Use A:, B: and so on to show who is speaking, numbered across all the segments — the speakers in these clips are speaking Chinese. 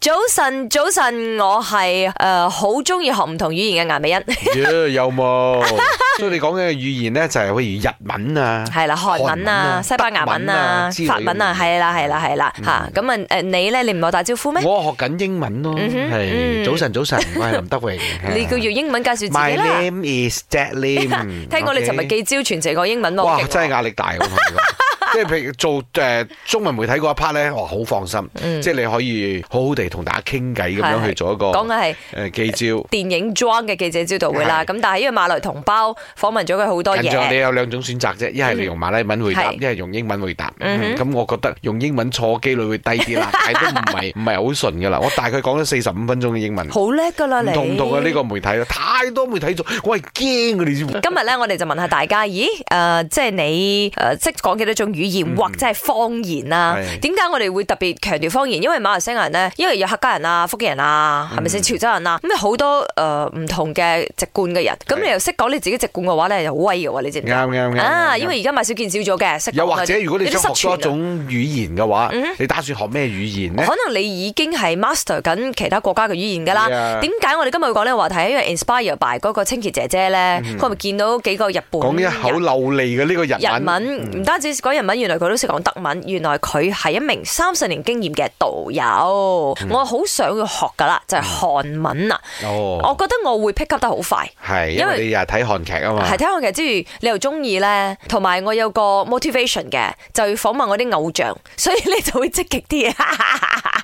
A: 早晨，早晨，我係诶好中意學唔同語言嘅顏 美欣，
B: 耶有冇？ 所以你講嘅語言咧就係譬如日文啊，
A: 係啦，韓文啊、西班牙文啊、
B: 德文啊
A: 法文啊，
B: 之類嗯
A: 係啦，係啦，係啦，吓咁啊诶，誒你咧，你唔攞打招呼咩？
B: 我學緊英文咯，
A: 嗯哼嗯。
B: 係早晨早晨，我係林德榮
A: 你叫用英文介紹自己
B: My
A: 啦。。
B: name is Jacklin
A: 聽講你尋日記招全程講英文喎，
B: 哇，
A: 勁喎
B: 真係壓力大我同你 講即係譬如做誒中文媒體嗰一 part 咧，我好放心，
A: 嗯
B: 即係你可以好好地同大家傾偈
A: 係
B: 咁樣
A: 係
B: 去做一個
A: 講嘅係。啊
B: 誒記招。
A: 電影 John 嘅記者招待會啦，
B: 係
A: 咁但係因為馬來同胞訪問咗佢好多
B: 緊張，你
A: 嘢，
B: 有兩種選擇啫，一係你用馬拉文回答，
A: 係
B: 一係用英文回答。
A: 嗯哼
B: 嗯咁我覺得用英文錯機率會低啲啦，但係都唔係唔係好順噶啦。我 大概講咗四十五分鐘嘅英文，唔
A: 好叻噶啦你。
B: 同唔同啊呢個媒體啦，太多媒體做，我係驚佢哋 知。
A: 今日咧，我哋就問下大家，咦？誒、即係你誒、呃識講幾多種語言，或者係方言啊？
B: 嗯係
A: 點解我哋會特別強調方言？因為馬來西亞人咧，因為有客家人啊、福建人啊，係咪先潮州人啊？咁有好多誒唔、同嘅籍貫嘅人，咁
B: 嗯係
A: 你又識講你自己籍貫嘅話咧，就好威嘅喎，你知唔 知？
B: 啱啱啱
A: 啊，
B: 啱
A: 因為而家買少見少咗嘅，識講
B: 又或者
A: 嗰啲
B: 如果你想學多一。
A: 啲失傳啊
B: 種語言嘅話
A: 嗯哼，
B: 你打算學咩語言 呢？
A: 可能你已經係 master 緊其他國家嘅語言㗎啦。
B: Yeah
A: 點解我哋今日會講呢個話題？因為 inspire by 嗰個清潔姐姐咧，佢咪見到幾個日本
B: 嗯講一口
A: 人
B: 流利嘅呢個
A: 日
B: 日文，嗯
A: 文唔單止講日文，原來佢都識講德文。原來佢係一名三十年經驗嘅導遊，
B: 嗯
A: 我好想要學㗎啦，就係韓文啊！我
B: 哦，
A: 覺得我會 pick up 得好快。
B: 係
A: 因
B: 因
A: 為
B: 為你又係睇韓劇啊嘛
A: 係，聽我劇之餘，你又中意咧，同埋我有個 motivation 嘅，就要訪問我啲偶像，所以你就會積極 啲。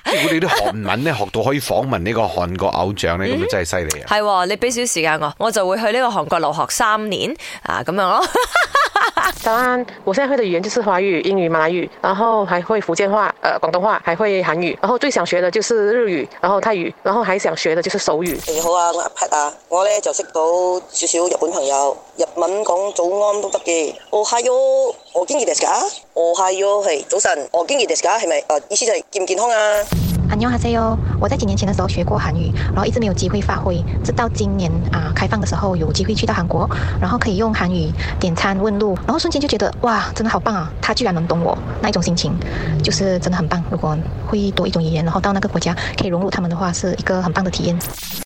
B: 如果你啲韓文咧學到可以訪問呢個韓國偶像
A: 嗯
B: 咧，咁就真係犀利啊！
A: 係喎，你俾少時間我，我就會去呢個韓國留學三年啊，咁樣咯。
C: 早安，我现在会的语言就是华语、英语、马来语，然后还会福建话、呃广东话，还会韩语，然后最想学的就是日语，然后泰语，然后还想学的就是手语。
D: 你好啊，我係阿 Pat 啊，我咧就識到少少日本朋友，日文講早安都得嘅。哦係喲，我堅健ですか？哦係喲，係早晨，我堅健ですか？係咪？誒意思就係健唔健康啊？
E: 안녕하세요。我在几年前的时候学过韩语，然后一直没有机会发挥，直到今年啊、开放的时候有机会去到韩国，然后可以用韩语点餐问路，然后瞬间就觉得哇，真的好棒啊！他居然能懂我那一种心情，就是真的很棒。如果会多一种语言，然后到那个国家可以融入他们的话，是一个很棒的体验。